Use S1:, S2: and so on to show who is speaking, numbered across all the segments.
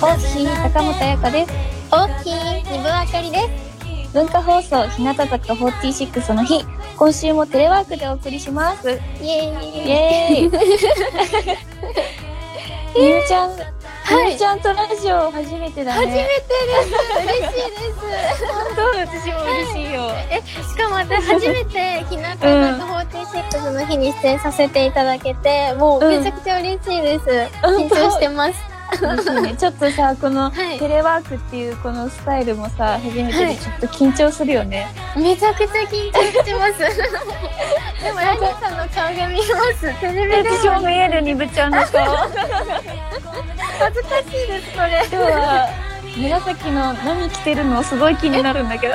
S1: 大きい高本彩香です
S2: 大きい二分あかりです
S1: 文化放送日向坂46の日今週もテレワークでお送りしますイ
S2: イエー イ
S1: エーイみゆちゃん、みゆちゃんとラジオ初めてだ
S2: 初め
S1: ね
S2: てです嬉しいです
S1: 初めて私も嬉しいよ、
S2: しかも私初めて日向坂46の日に出演させていただけて、もうめちゃくちゃ嬉しいです、
S1: うん
S2: 緊張してます
S1: 嬉しいね ちょっとさこの
S2: はい
S1: テレワークっていうこのスタイルもさ初めてでちょっと緊張するよね、
S2: めちゃくちゃ緊張してます でもラニーさんの顔が見えますテレビで
S1: 私も見えるにぶちゃんの顔
S2: 恥ずかしいですこれ
S1: 今日は紫の何着てるのすごい気になるんだけど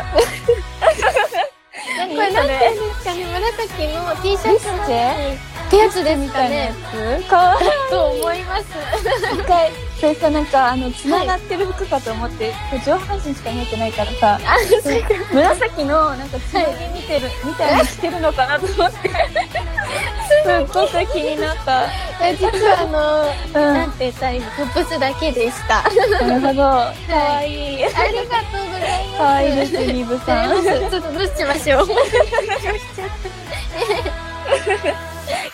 S1: 何
S2: これ
S1: そ
S2: 何て
S1: れ
S2: 言うんですかね紫の T シ
S1: ビ
S2: ャ
S1: ス
S2: ツ
S1: チ
S2: の
S1: ェ
S2: ってやつです
S1: みた
S2: か
S1: いな
S2: ね
S1: やつかわい
S2: と 思います
S1: い一回それさなんかあのつながってる服かと思って、上半身しか見えてないからさ
S2: あそういうこ
S1: 紫のなんか強み見てる、みたいに着てるのかなと思ってすっごく気になった
S2: とえ実はあの、
S1: うん
S2: なんて言ったらいいのトップスだけでした あ
S1: なるほど。かわいい。
S2: りがとうございます
S1: かわいいです、ニブ さん。今
S2: ちょっとどうしましょう
S1: 日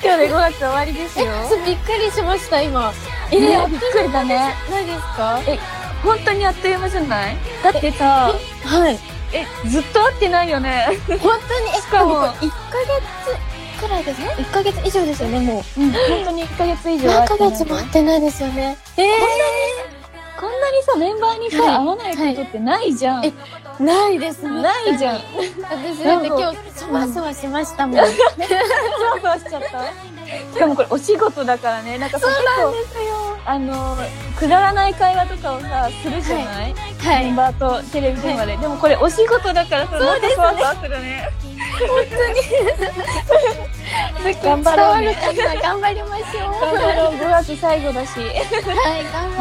S1: で5月終わりですよ。
S2: びっくりしました今
S1: いや、びっくりだね。
S2: 何ですか
S1: え、本当にあっという間じゃないだってさ、
S2: はい
S1: え、ずっと会ってないよね。
S2: 本当にえ
S1: しかも
S2: 1ヶ月くらいですね1ヶ月以上ですよねもう
S1: うん、本当に1ヶ月以上会
S2: 何ヶ
S1: ってない。
S2: 月も会ってないですよね
S1: えーこんなにさ、メンバーにさ、
S2: はい
S1: 会わないことってないじゃん。
S2: はいないです
S1: ないじゃん。
S2: 私だって今日そわそわしましたも んそう
S1: ふわふわしちゃった。しかもこれお仕事だからね、なんかさ結
S2: ですよ
S1: 構、あの、くだらない会話とかをさ、するじゃない
S2: は
S1: メン
S2: い
S1: バーとテレビ電話で、でもこれお仕事だからさ
S2: そうですね
S1: なんかそわそわするね本当に 頑張
S2: 伝わ
S1: ろう
S2: る
S1: ね
S2: かな頑張りましょう
S1: 頑張ろう5月最後だし
S2: はい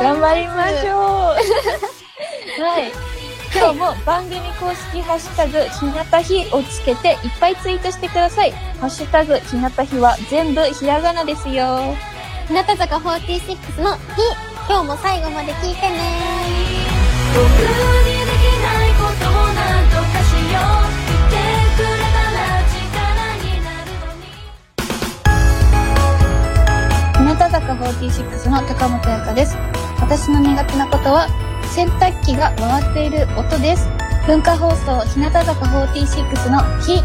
S1: 頑
S2: 頑
S1: 張
S2: 張
S1: り
S2: り
S1: ま
S2: ま
S1: し
S2: し
S1: ょ
S2: ょう
S1: うはい今日も番組公式ハッシュタグひなたひをつけていっぱいツイートしてくださいハッシュタグひなたひは全部ひらがなですよ
S2: 日向坂46の日今日も最後まで聞いてね
S3: 僕にできないことを何とかしよう言ってくれたら力になるのに
S1: 日向坂46の高本彩香です私の苦手なことは洗濯機が回っている音です文化放送日向坂46の日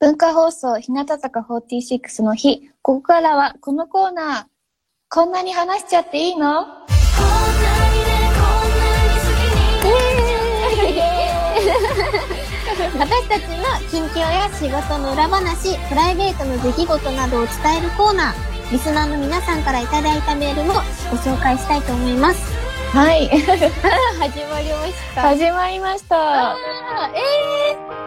S1: 文化放送日向坂46の日ここからはこのコーナーこんなに話しちゃっていい
S3: こ
S1: の
S3: んなにねこんなに好きに
S2: 私たちの近況や仕事の裏話、プライベートの出来事などを伝えるコーナー、リスナーの皆さんからいただいたメールもご紹介したいと思います。
S1: はい
S2: 始まりました。
S1: 始まりました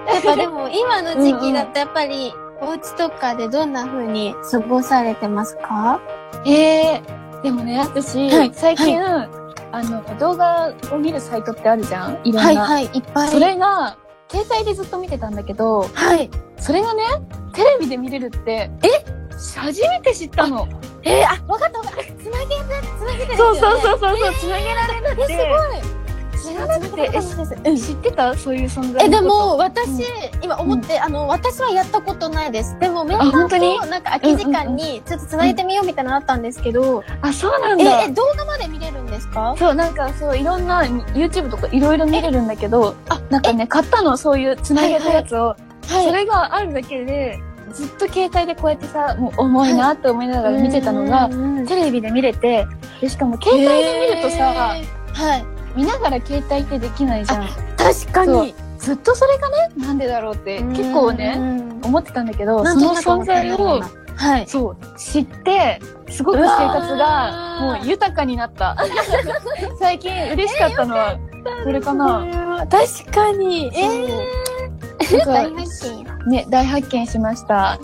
S2: えー、やっぱでも今の時期だとやっぱり、お家とかでどんな風に過ごされてますか
S1: えー、でもね私、
S2: はい
S1: 最近、あの動画を見るサイトってあるじゃんいろんな、
S2: い、いっぱ
S1: それが携帯でずっと見てたんだけど
S2: はい。
S1: それがねテレビで見れるってえ初めて知ったの
S2: えー、あ、わかったわかった。つなげな、つなげてる、ね。
S1: そうそう
S2: う。
S1: そうそうそうつなげられるって
S2: え、すごい。知らなかったです。
S1: え知ってたそういう存在
S2: えで
S1: のこと
S2: も私、今思って、あの私はやったことないですでもメンバ
S1: あ本当に
S2: ーとなんか空き時間にちょっとつないでみようみたいなのあったんですけど、
S1: あそうなん
S2: ええ
S1: だ
S2: 動画まで見れるんですか
S1: そうなんかそういろんな YouTube とかいろいろ見れるんだけど
S2: あ
S1: なんかね買ったのそういうつなげたやつを、そ
S2: は
S1: れがあるだけでずっと携帯でこうやってさもう重いなって思いながら見てたのが、
S2: うん
S1: テレビで見れてでしかも携帯で見るとさ、
S2: へーはい
S1: 見ながら携帯ってできないじゃん
S2: 確か
S1: そう
S2: に
S1: ずっとそれがねなんでだろうって結構ね
S2: うん
S1: 思ってたんだけど
S2: な
S1: そ
S2: んと
S1: の
S2: なく思
S1: 存
S2: った
S1: 在
S2: ような
S1: を
S2: はい
S1: そう知ってすごく生活が
S2: うわ
S1: も
S2: ー
S1: う豊かになった 最近嬉しかったのはこれかな
S2: 確かにえ
S1: そうな
S2: 大
S1: んか
S2: 発見
S1: ね、大発見しま した。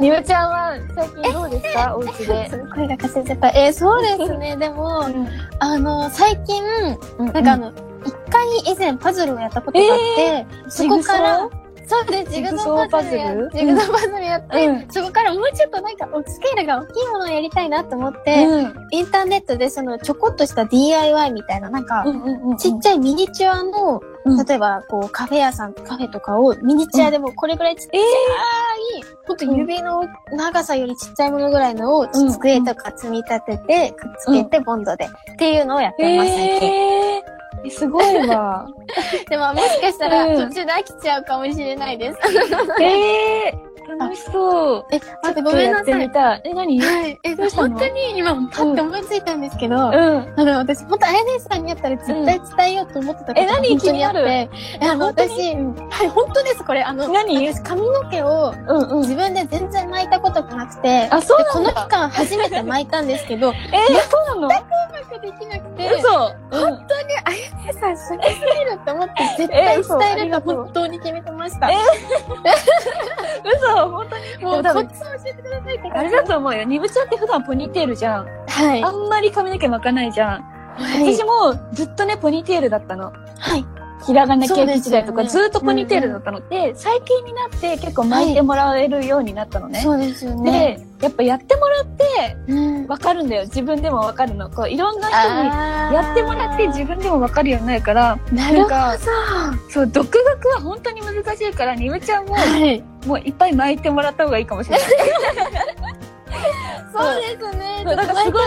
S1: みおちゃんは最近どうですかお家で。
S2: 声がかすれちゃった。えーそうですね。でも、あの、最近、
S1: な
S2: なんかあ、の、一、回以前パズルをやったことがあって、そこから、そうです、ジ
S1: ジ
S2: グ
S1: グ
S2: ソ
S1: ソ
S2: ー
S1: ー
S2: パ
S1: パ
S2: ズ
S1: ズ
S2: ル
S1: ル
S2: や
S1: うん
S2: ジグソーパズルやって、
S1: うん
S2: そこからもうちょっとなんかおスケールが大きいものをやりたいなと思って、
S1: うん
S2: インターネットでそのちょこっとした DIY みたいな、なんか、
S1: うんうんうん、
S2: ちっちゃいミニチュア
S1: う
S2: の、
S1: ん
S2: 例えばこうカフェ屋さん、カフェとかをミニチュアでもこれぐらいちっちゃい、ほんと指の長さよりちっちゃいものぐらいのを
S1: うん
S2: 机とか積み立てて、くっつけてボンドで、っていうのをやってます、最近。
S1: えー、えすごいわ。
S2: でももしかしたら
S1: うん
S2: 途中で飽きちゃうかもしれないです。
S1: えー、楽しそう。
S2: え、
S1: ちょっとやってみたい。え、何うん。
S2: はい。え、
S1: どうしたの
S2: 本当に今、パッて思いついたんですけど、
S1: あ
S2: あの、私、本当、あやねさんに会ったら絶対伝えようと思ってたこと
S1: うんえ何
S2: 本当にあって
S1: 気にな
S2: え、あの、
S1: 本当に
S2: 私、はい、本当です、これ。あの、
S1: 何
S2: 私、髪の毛を
S1: うんうん。
S2: 自分で全然巻いたことがなくて、
S1: あ、そう
S2: で
S1: な
S2: こ
S1: ん
S2: の
S1: だ。
S2: 期間初めて巻いたんです けど、う
S1: えー、そうなの
S2: まくできなくて、本
S1: 嘘。うん
S2: 当にあやねさん、すごすぎるって思って、絶対
S1: え嘘
S2: 伝え
S1: あり
S2: ると
S1: がとう
S2: 本当に決めてました。
S1: え嘘、本当に。
S2: もう、
S1: で
S2: こ
S1: も
S2: っち教えてくださいって
S1: あ
S2: 感
S1: れ
S2: じ。
S1: だと思うよ。ニブちゃんって普段ポニーテールじゃん。
S2: はい。
S1: あんまり髪の毛巻かないじゃん。
S2: はい
S1: 私もずっとね、ポニーテールだったの。
S2: はい。
S1: ひらがな系時代とか、
S2: そうですよ
S1: ず
S2: ね
S1: っとポニーテールだったの。で、最近になって結構巻いてもらえるようになったのね。
S2: そうですよ
S1: で、
S2: ね。
S1: やっぱやってもらって、
S2: うん
S1: わかるんだよ。自分でもわかるの。こう、いろんな人にや
S2: や
S1: ってもらって自分でもわかるようになるから、
S2: な
S1: な
S2: る
S1: ん
S2: ほど。
S1: か、
S2: は
S1: そう、独学は本当に難しいから、にむちゃんも、
S2: い。
S1: もういっぱい巻いてもらった方がいいかもしれ ない。
S2: そうですね。
S1: そうだからすごい、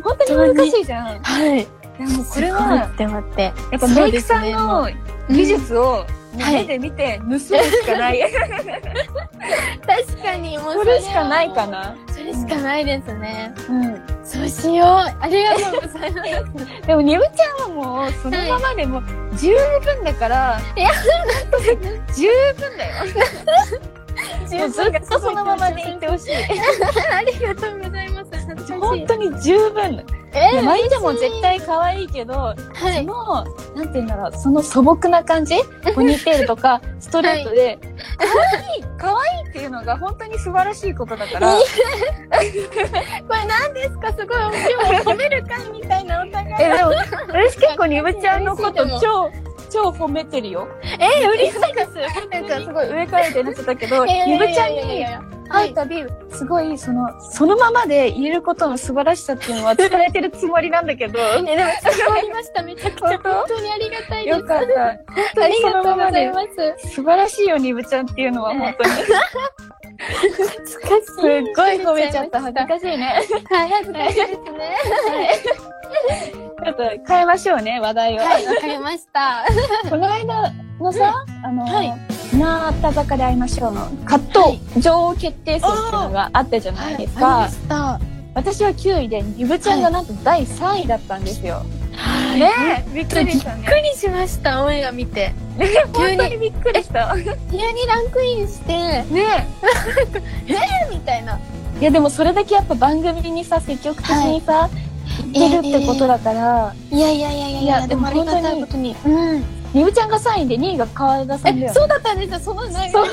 S1: 本当に難しいじゃん。
S2: はい。
S1: でもこれは、
S2: って待って。
S1: やっぱメイクさんの技術を
S2: はい
S1: 目で見て盗むしか ない。
S2: 確かに、もう
S1: それしかないか
S2: な。
S1: な。
S2: それしかないですね。
S1: うん。
S2: そうしよう。ありがとうございます。
S1: でも、にぶちゃんはもう、そのままでもう十分だから、
S2: いや
S1: 十分だよ。もうずっとそのままでいってほしい。
S2: ありがとうございます。
S1: 本当に十分。
S2: えー、
S1: 巻いても絶対可愛いけど、
S2: は
S1: そ
S2: い。
S1: の、なんて言うんだろう、その素朴な感じポニーテールとか、ストレートで、可愛い、可愛いっていうのが本当に素晴らしいことだから、
S2: これ何ですかすごい。今日褒める会みたいなお互い。
S1: え、でも、私結構にぶちゃんのこと超、超褒めてるよ。
S2: え、嬉しいです。
S1: なんかすごい上からでなっちゃったけど、
S2: いやいや
S1: にぶ
S2: い
S1: ちゃ
S2: や
S1: ん
S2: いやい
S1: に
S2: や
S1: 会うたび、すごいその、そのままで言えることの素晴らしさっていうのは伝えてるつもりなんだ けど、
S2: え、でも、伝わりました。めちゃくちゃ。
S1: 本当
S2: 本当にありがたいです。
S1: よかった。本当
S2: あ
S1: に
S2: り
S1: そ
S2: がと
S1: のま
S2: う
S1: ま
S2: ござい
S1: で。
S2: ます。
S1: 素晴らしいよ、にぶちゃんっていうのは本当に。
S2: 懐かしい。
S1: すっごい褒めちゃった。恥ず
S2: はい、
S1: かしいね。
S2: 恥ずかしいですね。
S1: ちょっと変えましょうね、話題を。
S2: はい、わかりました。
S1: この間のさ、あの、
S2: はい
S1: なった坂で会いましょうの、カット女王決定戦っていうのがあったじゃないですか。
S2: した。
S1: 私は9位で、ゆぶちゃんがなんと第3位だったんですよ。
S2: はい。
S1: ねえ、びっくり
S2: びっ
S1: したね。
S2: くりしました、オンエア見て。
S1: 本当にびっくりした。ね
S2: 急にランクインして、みたいな。
S1: え。いやでもそれだけやっぱ番組にさ、積極的にさ、出るってことだから、
S2: いやいやいやいや
S1: いやでも
S2: ありがたいことに。うん。
S1: ゆぶちゃんが3位で2位が川枝さんだ
S2: え、
S1: よ。
S2: そうだったんですよ、その流れで。
S1: そう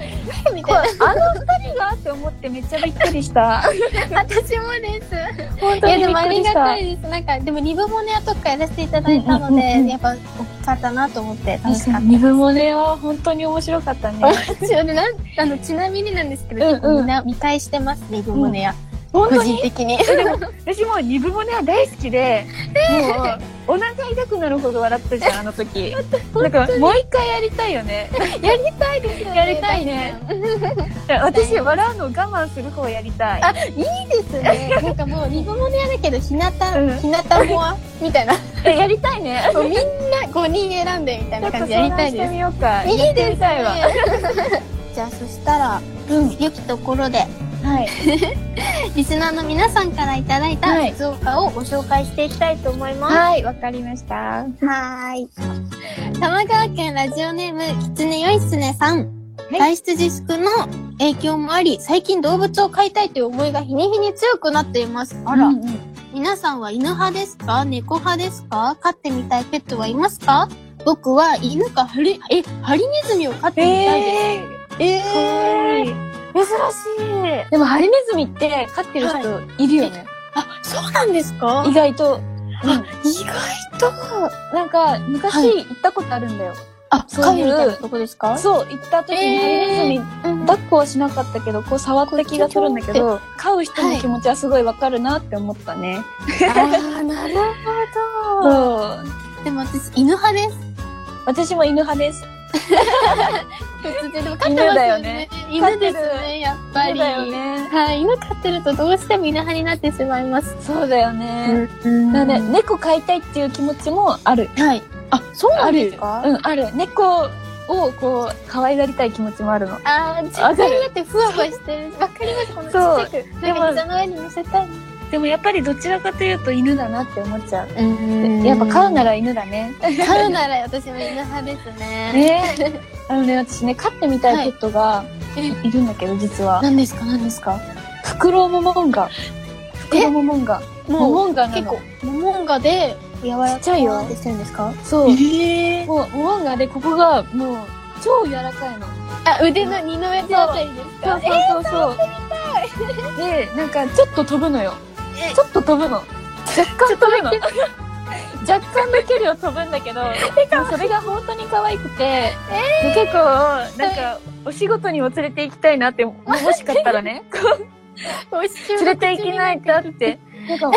S2: え みたい
S1: あの二人がって思ってめっちゃびっくりした。
S2: な。私もです。
S1: 本
S2: い
S1: 当
S2: や
S1: に
S2: で
S1: びっ
S2: もあ
S1: く
S2: り
S1: り
S2: が
S1: したた。
S2: いです。なんか、でも二部モネアとかやらせていただいたの
S1: うんうんうんう
S2: で、
S1: ん
S2: やっぱ大きかったなと思って楽し
S1: 確
S2: か
S1: か
S2: っ
S1: に、ニブモネは本当に面白かったね。
S2: た。ちなあのちなみになんですけど、
S1: うんうん
S2: 結構みんな見返してます、二部モネア。
S1: 本
S2: 個
S1: 当
S2: 人
S1: に
S2: 的に。
S1: えでも、私もニブモネは大好きで、もう、お腹痛くなるほど笑ったじゃん、あの 時。なんか、もう一回やりたいよね。
S2: やりたいですよね
S1: やりたいね。 私、笑うの我慢する方やりたい。
S2: あ、いいですね。なんかもう、リボモネアだけど、日向、
S1: うん
S2: 日向モアみたいな。
S1: えやりたいね。
S2: もうみんな5人選んでみたい
S1: ちょ
S2: な
S1: っと
S2: 感
S1: 相
S2: じやりた
S1: 談し
S2: い
S1: て
S2: です。
S1: みようか。
S2: いい
S1: やって
S2: で
S1: み
S2: す
S1: たいわ。
S2: ね。 じゃあ、そしたら、
S1: うん。
S2: 良きところで、
S1: はい。
S2: リスナーの皆さんからいただいた
S1: はい
S2: 静岡をご紹介していきたいと思います。
S1: はい、わかりました。
S2: はーい。玉川県ラジオネーム、きつねよいつねさん。
S1: はい
S2: 外出自粛の影響もあり、最近動物を飼いたいという思いが日に日に強くなっています。あ
S1: うんうん
S2: 皆さんは犬派ですか猫派ですか飼ってみたいペットはいますか僕は犬かハリ、え、ハリネズミを飼ってみたいです。
S1: えー、
S2: え
S1: かわいい。珍しい。でもハリネズミって飼ってる人いるよね。
S2: あ、そうなんですか
S1: 意外と。
S2: あ、意外と。
S1: なんか、昔
S2: は
S1: 行ったことあるんだよ。
S2: あ、
S1: そういう
S2: 飼うみたいなとこですか
S1: そう、行った時にハリネズミ、抱っこはしなかったけど、こう触った気がするんだけど、飼う人の気持ちはすごいわかるなって思ったね。
S2: あー、なるほど。
S1: そう。
S2: でも私、犬派です。
S1: 私も犬派です。
S2: 普通で、でも飼ってますよね。
S1: 犬だよね
S2: 犬です
S1: 飼って
S2: ね、やっぱり。
S1: そうだよね。
S2: はい、犬飼ってるとどうしても犬派になってしまいます。
S1: そうだよね。
S2: うん
S1: なので、猫飼いたいっていう気持ちもある。
S2: はい。あ、そうなんですか
S1: うん、ある。猫をこう、可愛がりたい気持ちもあるの。
S2: あ
S1: わ
S2: ー、実
S1: か
S2: 際
S1: る
S2: だってふわふわしてる。わかりますこのちっち
S1: そう
S2: ゃく。
S1: で
S2: で
S1: も
S2: も、膝の上に乗せたい。
S1: でもやっぱりどちらかというと犬だなって思っちゃう。
S2: うん
S1: やっぱ飼うな
S2: ら。
S1: ら犬だ ね。
S2: 飼うなら私も犬派ですね。
S1: ねあのね、私ね、飼ってみたいペットがいるんだけど、実は。
S2: 何ですか何ですか
S1: フクロモモンガ。フクロモモンガ。モ
S2: もう、
S1: モンガな
S2: 結構
S1: の。、
S2: モモンガで、柔らか
S1: ちっちゃいよ
S2: してるんですか
S1: そう。
S2: ええ。
S1: もう、モモンガでここがもう、超柔らかいの。
S2: あ、腕の二の腕あたりです
S1: そう
S2: か
S1: そうそうそう。で、なんかちょっと飛ぶのよ
S2: え。
S1: ちょっと飛ぶの。若干飛ぶの。 若干の距離を飛ぶんだけど、もうそれが本当に可愛くて、で結構、なんか、お仕事にも連れて行きたいなって、ももしかったら ね、こう
S2: おいしい。
S1: 連れて行きないとって、なんか、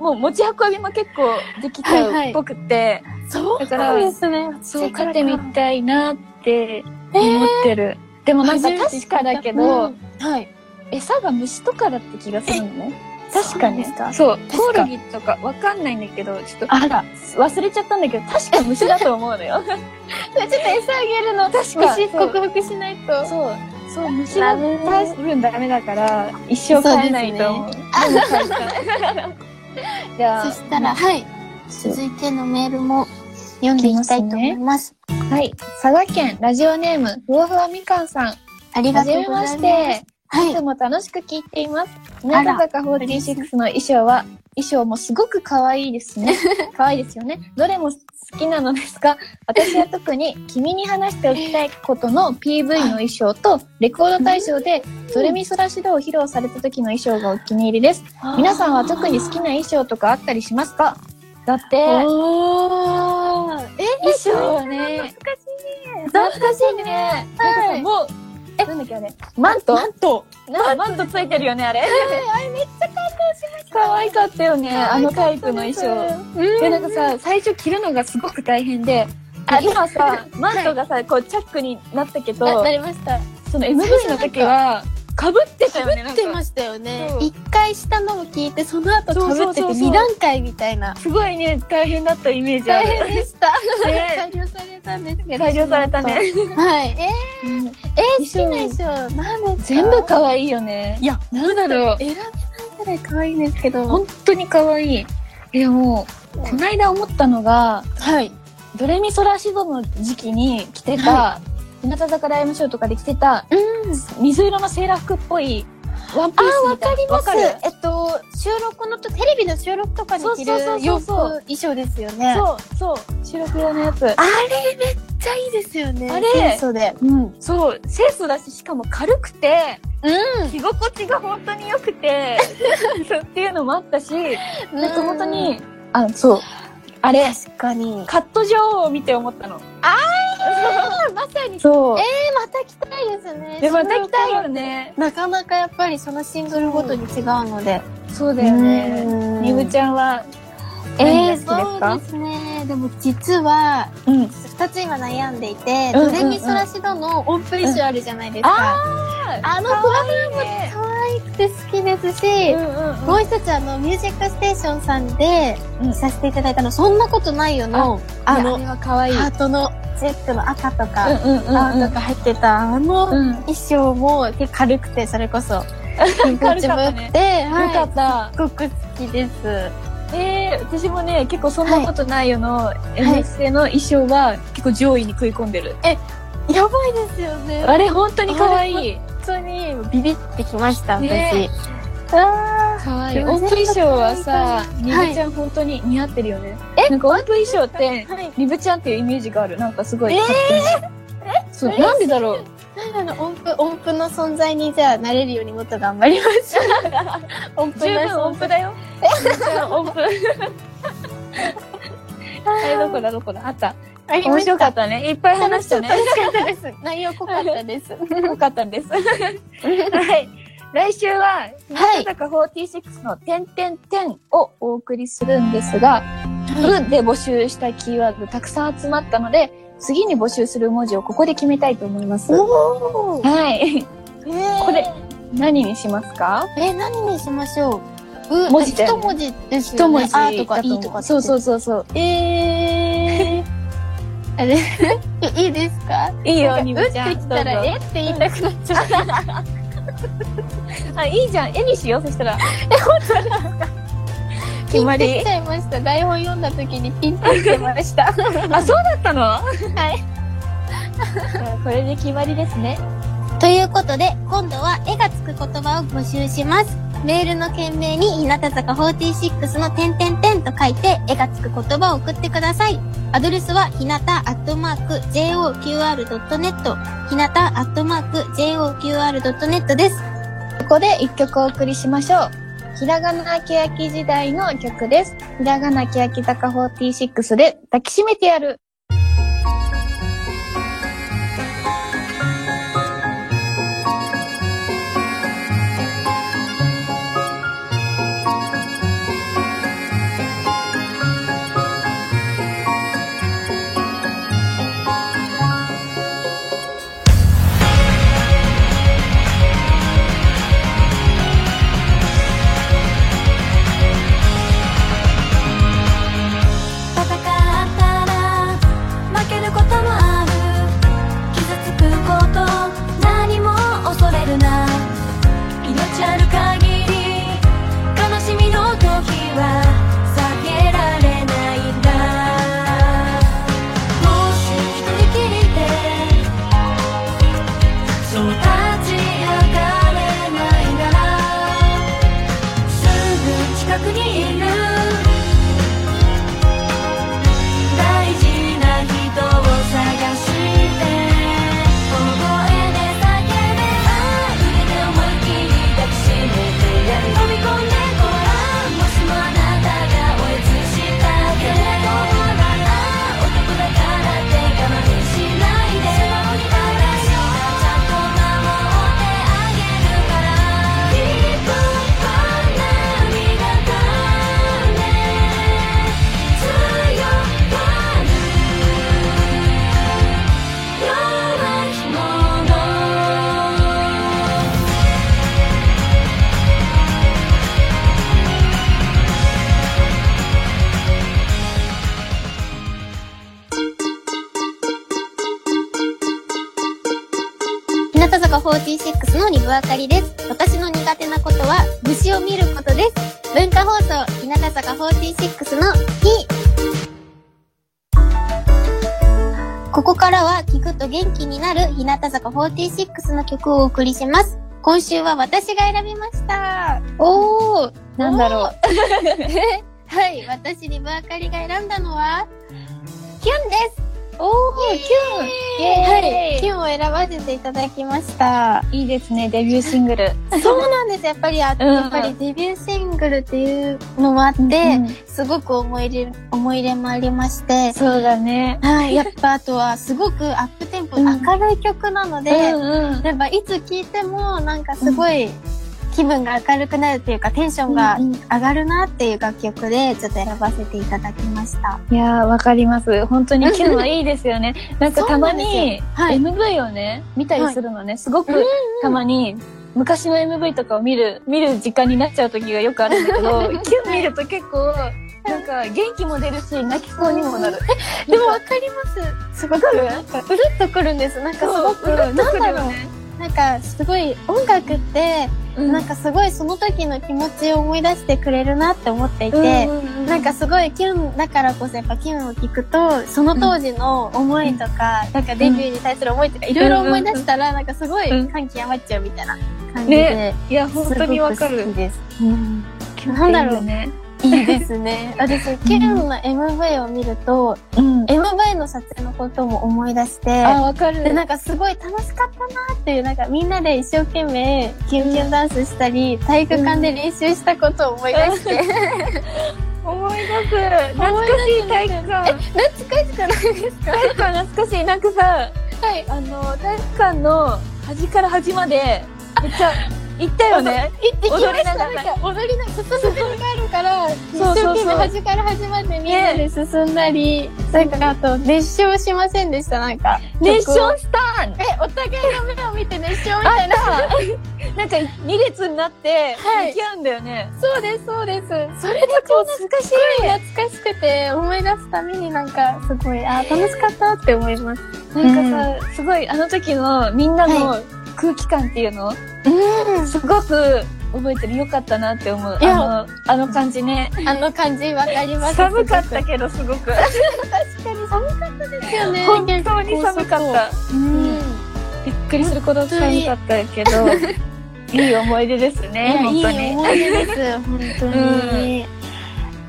S1: もう持ち運びも結構できちゃうっぽくて、
S2: そう
S1: だから
S2: なんですね。
S1: そう、飼ってみたいなって思ってる。でもなんか確かだけど、
S2: うん、はい。
S1: 餌が虫とかだった気がするのね。確かね
S2: そうなん。です
S1: そう。
S2: か
S1: コオロギとかわかんないんだけど、ちょっと
S2: あら。
S1: 忘れちゃったんだけど、確か虫だと思うのよ。
S2: ちょっと餌あげるの、
S1: 確か
S2: 虫克服しないと。
S1: そう。そう、虫は
S2: ダメ
S1: 多分ダメだから、一生飼えないと思う。じゃ
S2: そ
S1: あ、
S2: したら、はい。続いてのメールも読んでいきたいと思います。
S1: はい。佐賀県ラジオネーム、ふわふわみかんさん。
S2: あり
S1: は
S2: がと
S1: じ
S2: う
S1: め
S2: ござ
S1: ま
S2: います。
S1: して。
S2: はいい。
S1: つも楽しく聞いています。
S2: あ
S1: 乃
S2: ら
S1: 木坂46の衣装は、衣装もすごく可愛いです ね。可愛いですよね。どれも好きなのですが、私は特に君に話しておきたいことの PV の衣装と、レコード大賞で、ドレミソラシドを披露された時の衣装がお気に入りです。皆さんは特に好きな衣装とかあったりしますかだって、
S2: おー。え
S1: 衣装はね、
S2: 懐かし
S1: 懐かしいね。
S2: は
S1: なん
S2: い
S1: かさもう、え、なんだっけあれ、マント
S2: なんと。
S1: なんかマントついてるよね、あれ。あれめっちゃ感動しました。可愛かったよね、あのタイプの衣装。
S2: うん。
S1: で、なんかさ、最初着るのがすごく大変で、
S2: あ
S1: 今さ、マントがさ、こう、チャックになったけど、
S2: あなりました。
S1: その MV の時は、被ってたよね、なん
S2: 被って
S1: か。
S2: ましたよね
S1: そ。う
S2: 一回したのを聞いて、その後被って
S1: そうそうそう
S2: て
S1: そう
S2: 二段階みたいな。
S1: すごいね、大変だったイメージあ
S2: 大
S1: る。
S2: 変でした。
S1: ね
S2: 改良されたんですけど。
S1: 大量されたね。。
S2: はい。え
S1: うん
S2: ー、好きな衣装、なんですか
S1: 全部可愛いよね。
S2: いや、
S1: なんだろう。
S2: 選べないぐらい可愛いんですけど。
S1: 本当に可愛い。えでも、こないだ思ったのが、
S2: はい。
S1: ドレミソラシドの時期に着てた、日向坂ライブショーとかで着てた、水色のセーラー服っぽいワンピースみたいな。
S2: わかる
S1: わ。
S2: えっと、収録のと、テレビの収録とかに着る
S1: そうそうそう
S2: 洋服
S1: そう
S2: 衣装ですよね。う。
S1: そう、そう、収録用のやつ。
S2: あれめっちゃいいですよね。
S1: あれ
S2: 清楚で。うん。
S1: そう、清楚だし、しかも軽くて、
S2: うん。
S1: 着心地が本当に良くて、そうっていうのもあったし、で、本当に、あ、そう、あれ、
S2: 確 かに。
S1: カット女王を見て思ったの。
S2: まさに。
S1: そう。
S2: えまた着たいですね。
S1: で、また着たいよ。ね。
S2: なかなかやっぱりそのシングルごとに違うので。
S1: そうだよね。
S2: うん
S1: みぶちゃんは、何が好きで
S2: えー、
S1: すか
S2: そうですね。でも実は、
S1: うん。
S2: 二つ今悩んでいて、
S1: うんうんうん
S2: ドレミソラシドのオンプリッシュあるじゃないですか。
S1: あ
S2: あのコラボも
S1: ね
S2: 可愛くて好きですし、もう一つあの、ミュージックステーションさんで
S1: うん
S2: させていただいたの、そんなことないよの、
S1: あ
S2: あ
S1: の、
S2: の、
S1: れは可愛
S2: ハートのチェックの赤とか、
S1: うんうんうん
S2: 青とか入ってた、あの
S1: うん。
S2: 衣装も結構軽くて、それ こそ、気持
S1: かったね
S2: ちも良くて、はい
S1: よかった。
S2: すごく好きです。
S1: えー、私もね、結構そんなことないよの、NSC の衣装は結構上位に食い込んでる。
S2: やばいですよね。
S1: あれ、本当に可愛い。
S2: 本当にビビってきました、私。
S1: ね
S2: あ
S1: かわいい。
S2: で
S1: オー
S2: も
S1: プン衣装はさ、
S2: 全
S1: リ
S2: 然可愛い
S1: ブちゃん本当に似合ってるよね。えなんかオープン衣装って、
S2: はい。
S1: リブちゃんっていうイメージがある。なんかすごい。
S2: えー
S1: そう、なんでだろう。
S2: なんだろう、音符、音符の存在にじゃあなれるようにもっと頑張りま しょう。音符
S1: 十
S2: な
S1: 分音
S2: 存
S1: 符
S2: 在。
S1: だよ。十分音 符。あれどこだどこだあった。
S2: ありま
S1: 面
S2: した
S1: 白かったね。いっぱい話したね。
S2: 楽しかったです。内容濃かったで す。
S1: よかったんです。はい。来週は、
S2: は
S1: 日向坂46の点点点をお送りするんですが、部で募集したキーワードたくさん集まったので、次に募集する文字をここで決めたいと思います。は
S2: おー
S1: い。
S2: えー
S1: これ何にしますか
S2: えー、何にしましょうう
S1: 文字で
S2: 一文字です
S1: 一
S2: よね。
S1: 文字
S2: あーとか
S1: だ
S2: い
S1: 思
S2: いとか。。
S1: そうそううそうそう。
S2: えー。あれ いいですか
S1: いいよ、
S2: なん
S1: に
S2: か
S1: ぶ
S2: うって
S1: ちゃん。
S2: きたら、
S1: どう
S2: え
S1: ぞ
S2: って言いたくなっちゃう。
S1: あ、いいじゃん。絵にしよう。そ したら。
S2: ピ
S1: 決ま
S2: ン
S1: り
S2: ときちゃいました。台本読んだ時にピンときてました。。
S1: あ、そうだったのはいじゃあこれで決まりですね。
S2: ということで、今度は絵がつく言葉を募集します。メールの件名に、日向坂46の点々点と書いて、絵がつく言葉を送ってください。アドレスは、ひなたアットマーク JOQR.net、ひなたアットマーク JOQR.net です。
S1: ここで一曲お送りしましょう。ひらがなけやき時代の曲です。ひらがなけやき坂46で抱きしめてやる。
S3: 戦ったら負けることもある傷つくこと何も恐れるな命ある限り悲しみの時は避けられないんだもし一人きりでそう立ち上がれないならすぐ近くにいる大事な人を探して微笑んで叫べ愛で思い切り抱きしめてやる飛び込んでごらんもしもあなたがおえつしたけれどもなら男だからって我慢しないで素直に正しいちゃんと守ってあげるからきっと花が飛んで強がるよ弱き者
S2: 日向坂46のリブあかりです。私の苦手なことは、虫を見ることです。文化放送、日向坂46の日。ここからは、聞くと元気になる日向坂46の曲をお送りします。今週は私が選びました。おー。
S1: なんだろう。
S2: はい、私リブあかりが選んだのは、キュンです。
S1: おー、キュン
S2: はい、
S1: イ
S2: キュンを選ばせていただきました。
S1: いいですね、デビューシングル。
S2: そうなんです。やっぱり、あ
S1: うん
S2: やっぱりデビューシングルっていうのもあって、
S1: うん
S2: すごく思い入れ、思い入れもありまして、
S1: そうだね。
S2: はい、やっぱあとはすごくアップテンポ、
S1: うん
S2: 明るい曲なので、
S1: うんうん
S2: やっぱいつ聴いてもなんかすごい気分が明るくなるっていうか、テンションが
S1: うんうん
S2: 上がるなっていう楽曲でちょっと選ばせていただきました。
S1: いやー、わかります。本当にキュンはいいですよ ね。なんかたまに、
S2: そうなん
S1: MV をね、見たりするのね、すごくたまに、昔の MV とかを見る、見る時間になっちゃう時がよくあるんだけど、キュン見ると結構、なんか元気も出るし、泣きそうにもなる。
S2: でもわかります。すごく、なんか、うるっとくるんです。なんかすごく、
S1: そううる
S2: な
S1: っ
S2: ん
S1: と
S2: だ
S1: くるよ
S2: ろ
S1: ね
S2: う。なんか、すごい、音楽って、
S1: な
S2: なんん
S1: か
S2: かすごいその時の気持ちを思い出してくれるなって思ってい
S1: いて、
S2: て、なんかすごいキュンだからこそやっぱキュンを聞くと、その当時の思いとか、なんかデビューに対する思いとか、いろいろ思い出したら、なんかすごい
S1: うん
S2: 感極まっちゃうみたいな感じで。
S1: いや、本当にわか
S2: すごく
S1: る
S2: 好。きです。なんだろう
S1: ね。
S2: いいで すね。私、キュンの MV を見ると、
S1: うん。
S2: MV の撮影のことも思い出して、
S1: あ、わかる。
S2: で、なんかすごい楽しかったなっていう、なんかみんなで一生懸命、キュンキュンダンスしたり、体育館で練習したことを思い出して。
S1: 思い出す。懐かしい体育館。
S2: 懐かしくないですか
S1: 体育館懐かしい。なんかさ、
S2: はい。
S1: あの、体育館の端から端まで、めっちゃ行ったよね。
S2: 行ってきま
S1: 踊り
S2: し
S1: な
S2: た。
S1: が
S2: な
S1: ら
S2: んか踊りながら、外にがあるから、一
S1: そう
S2: 生
S1: そう
S2: 懸命端から端までみんなで進んだり、なんかあと、熱唱しませんでした、なんか。
S1: 熱
S2: 曲を
S1: 唱したん
S2: え、お互いの目を見て熱唱み
S1: あ
S2: たいな。
S1: った なんか2列になって
S2: はい
S1: 向き合うんだよね。
S2: そうです、そうです。それでこう、すっ
S1: 懐かしい。
S2: ごい懐かしくて、思い出すためになんか、すごい、あー、楽しかったって思います。
S1: なんかさ、すごいあの時のみんなの空気感っていうの、
S2: う
S1: すごく覚えてる。よかったなって思う。
S2: いや
S1: あの、あの感じね。
S2: ん。あの感じわかります。
S1: 寒かっ
S2: す
S1: たけどすごく。
S2: ごく。確かに寒かったですよね。
S1: 本当に寒かった。う
S2: うんん。
S1: びっくりするほど寒かったけど、いい思い出ですね、
S2: い
S1: 本
S2: や
S1: 当
S2: いい
S1: に。
S2: 思い 出です、本当に。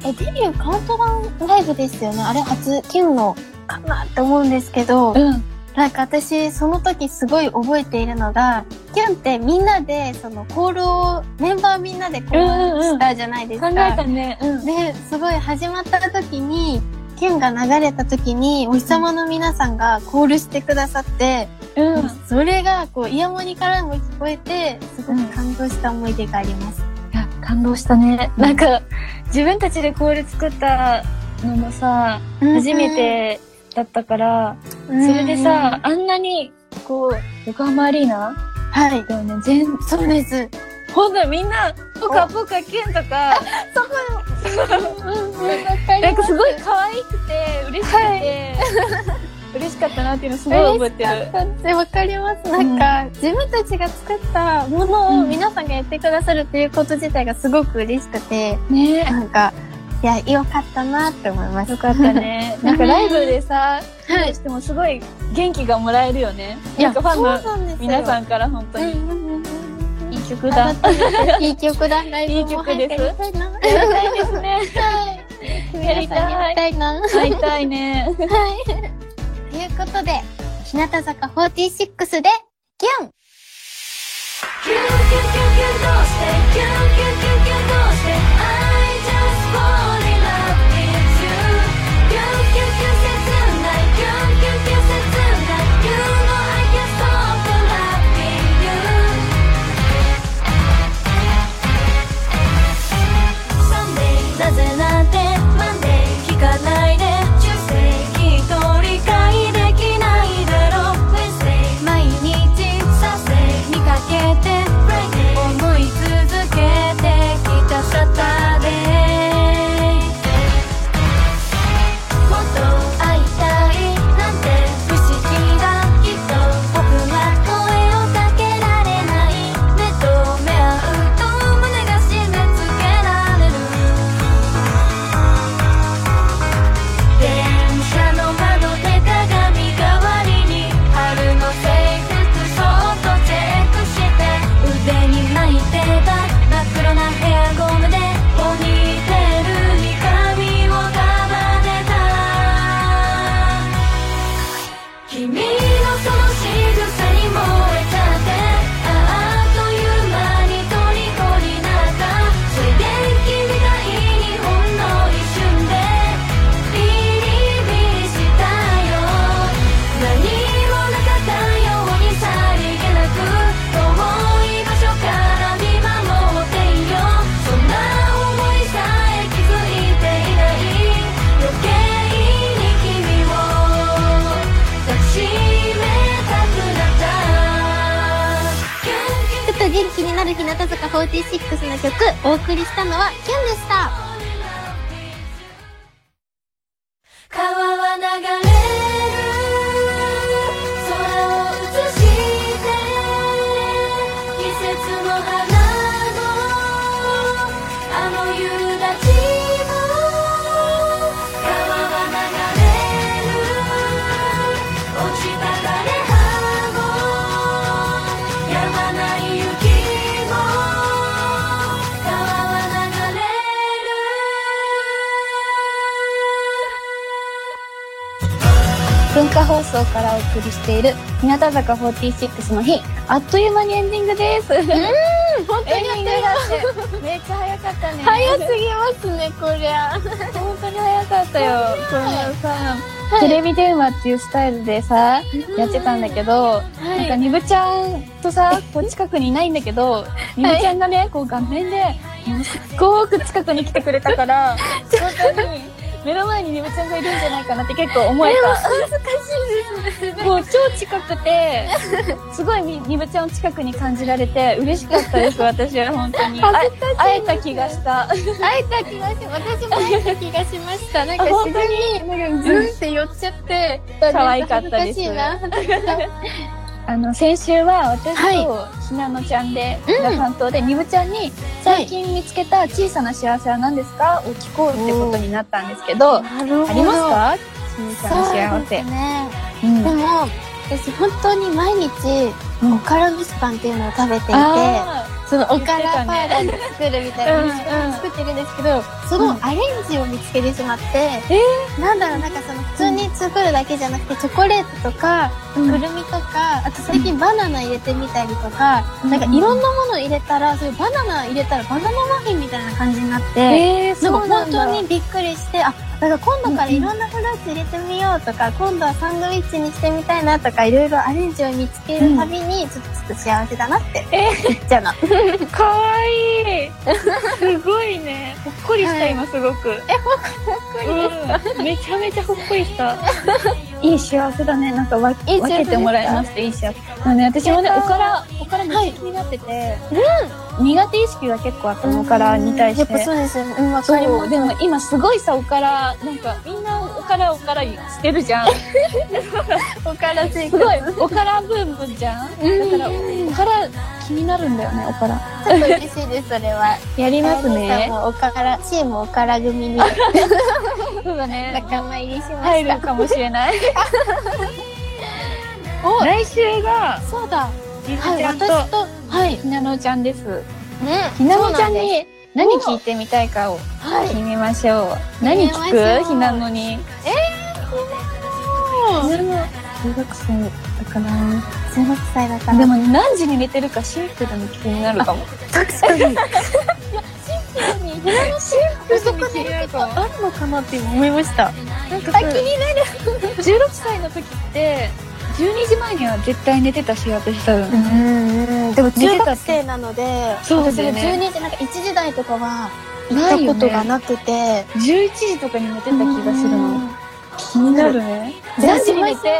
S2: え、デビューカウントダウンライブですよね。あれ初、キュンのかなって思うんですけど、
S1: うん。
S2: なんか私、その時すごい覚えているのが、キュンってみんなで、その、コールを、メンバーみんなでコールしたじゃないです
S1: 考
S2: か。
S1: えたね。うん。
S2: で、すごい始まった時に、キュンが流れた時に、お日様の皆さんがコールしてくださって、
S1: うん。
S2: それが、こう、イヤモニからも聞こえて、すごく感動した思い出があります。
S1: いや、感動したね。なんか、自分たちでコール作ったのもさ、初めてだったから、
S2: うんうん、
S1: それでさ、あんなに、こう、横浜アリーナ
S2: うん、はい。
S1: だよね、全、
S2: そうです。
S1: ほんとみんな、ポカポカキュンとか、
S2: うん、わか
S1: なんかすごい可愛くて、嬉しくて、嬉しかったなっていうのすごい覚えてる。
S2: る。わかります。なんか、自分たちが作ったものを
S1: うん
S2: 皆さんがやってくださるっていうこと自体がすごく嬉しくて、
S1: ね
S2: なんか、いや、良かったなって思います。
S1: よかった ね。なんかライブでさ、披露してもすごい元気がもらえるよね。なんかファンの
S2: ンの
S1: 皆さ
S2: ん
S1: んから本当
S2: で
S1: に
S2: すよ、うんうんうんうん
S1: いい曲だ。
S2: いい曲だ。ライブも早くやりたいな。
S1: やりたいですね。
S2: 皆さんにやりたいな。
S1: 会いたいね。
S2: ということで、日向坂46で、キュン
S3: キュンキュンキュンキュンどうしてキュンキュンキュンキュンどうして I just wanna be loved with you キュンキュンキュン切ないキュンキュンキュン切ない You know I can't stop loving you サンデーなぜなんてマンデー聞かないで中世きっと理解できないだろう Wednesday 毎日させ見かけて Friday 思い続けてきたサタデーもっと会いたいなんて不思議だきっと僕は声をかけられない目と目合うと胸が締め付けられる電車の窓で鏡代わりに春の制服そっとチェックして腕に巻いてた真っ黒なヘアゴムでポニーテールに髪を束ねた君のその仕草に燃えちゃってあっという間に虜になったそれで君がいいにほんの一瞬でビリビリしたよ何もなかったようにさりげなく遠い場所から見守っていようそんな思いさえ気づいていない余計に君を抱きしめたくなったキュンキュン
S2: ちょっと元気になる日向坂46の曲、お送りしたのはキュンでした。
S3: 川は流れる空を映して季節の花のあの夕立ちも川は流れる落ちた枯れ葉もやまない雪も川は流れる
S1: 送りしている日向坂46の日あっという間にエンディングですうん
S2: 本当
S1: エン
S2: に
S1: デ
S2: やっ
S1: ィング
S2: てる。
S1: だってめっちゃ早かったね
S2: 早すぎますね、こりゃ。
S1: 本当に早かったよこのさテレビ電話っていうスタイルでさやってたんだけど、なんか
S2: い
S1: にぶちゃんとさこう近くにいないんだけどにぶちゃんがねこう画面でものすごく近くに来てくれた から本当に 目の前ににぶちゃんがいるんじゃないかなって結構思えたもう超近くてすごいににぶちゃんを近くに感じられて嬉しかったです私は本当にあ
S2: 恥ずかしい
S1: 会えた気がした
S2: 会えた気がし私も会えた気がしました。なんか
S1: あ本
S2: 自
S1: 当
S2: 然に、なんかズンって寄っちゃって、
S1: 可愛かったです
S2: 恥ずかしいな。
S1: あの先週は私
S2: は
S1: とひなのちゃんで、
S2: うん
S1: が担当でにぶちゃんに「最近見つけた小さな幸せは何ですか?」を聞こうってことになったんですけど、あ
S2: なる
S1: りますか小さな幸
S2: そうで
S1: せ
S2: す。ね。
S1: うん
S2: でも、私本当に毎日、おから蒸しパンっていうのを食べていて、
S1: あー
S2: そのおからパーラーで作るみたいな蒸しパンを作ってるんですけど、そのアレンジを見つけてしまって、なんだろう、なんかその普通に作るだけじゃなくて、チョコレートとか、く
S1: うん
S2: るみとか、あと最近バナナ入れてみたりとか、
S1: うん
S2: なんかいろんなもの入れたら、そういうバナナ入れたらバナナマフィンみたいな感じになって、
S1: えー、
S2: な
S1: そ
S2: ん
S1: う
S2: か
S1: な
S2: 本
S1: んだ
S2: 当にびっくりして、あ、だから今度からいろんなフルーツ入れてみようとか、今度はサンドイッチにしてみたいなとか、いろいろアレンジを見つけるたびに、ちょっとちょっと幸せだなって、
S1: え
S2: 言っちゃう の。
S1: にかわ いいすごいねほっこりした、
S2: はい
S1: 今すごくえほっこりした、うんめちゃめちゃほっこりしたいい幸せだねなんかわ
S2: いい幸せですか
S1: 分けてもらいましていい幸せまあね私もねおからおからめっちゃ気になってて、苦手意識が結構あったのおからに対して
S2: やっぱそうですよね。うん、わ
S1: そ
S2: かりま
S1: う
S2: す。
S1: でも今すごいさおからなんかみんなおからおからしてるじゃん
S2: おからつい
S1: すごいおからブームじゃんだからおから気になるんだよねおから
S2: ちょっと嬉しいです、それは。
S1: やります
S2: あやねさん
S1: ね
S2: もおから、チームおから組に
S1: そうだね
S2: 仲間入りしま
S1: 入
S2: した
S1: る。かもしれ ない
S2: お
S1: 来週が
S2: そうだ。
S1: り
S2: はい、
S1: ちゃんと、
S2: 私と、はい。
S1: ひなのちゃんです
S2: ね
S1: ひなのちゃん
S2: そうなんで
S1: に何聞いてみたいかを
S2: すはい。
S1: 決めましょう、何
S2: 決めましょ
S1: 聞
S2: う
S1: くひなのにひなの中学生だから
S2: 中学歳だから。
S1: でも何時に寝てるかシンプルに気になるかも
S2: 確かに。
S1: シンプルに気になるかも
S2: あるのかなって思いまし
S1: な
S2: た。
S1: んか
S2: あ、気
S1: さ
S2: になる。
S1: 16歳の時って12時前には絶対寝てたし私多分、
S2: うん、でも
S1: 寝て
S2: 中
S1: た
S2: 学生なので、
S1: そうだよね
S2: 私も12時、なんか1時台とかは行
S1: ない
S2: っ
S1: よ
S2: た
S1: ね
S2: ことがなくて、
S1: 11時とかに寝てた気がするの気になるね
S2: じゃあ
S1: 何時に寝
S2: しまして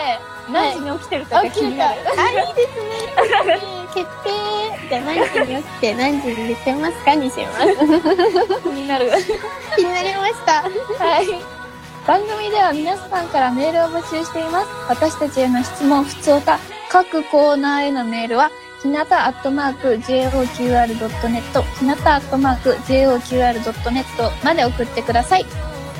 S1: 何時に起きてるかが気になる
S2: あ、いいですね。決定。じゃあ何時に起きて何時に寝てますかにします。
S1: 気に なる
S2: 気になりました。
S1: はい番組では皆さんからメールを募集しています私たちへの質問不通か各コーナーへのメールはひなたアットマーク JOQR.net ひなたアットマーク JOQR.net まで送ってください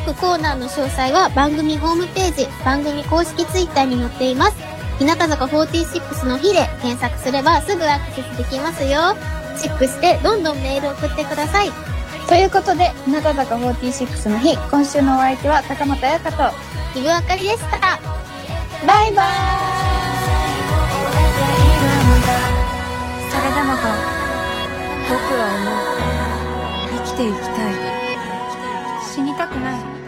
S2: 各コーナーの詳細は番組ホームページ、番組公式ツイッターに載っています。日向坂46の日で検索すればすぐアクセスできますよ。チェックしてどんどんメール送ってください。
S1: ということで日向坂46の日今週のお相手は高松彩香と
S2: ひぶあかりでした。バイバ
S4: それでもと僕は思う生きていきたい死にたくない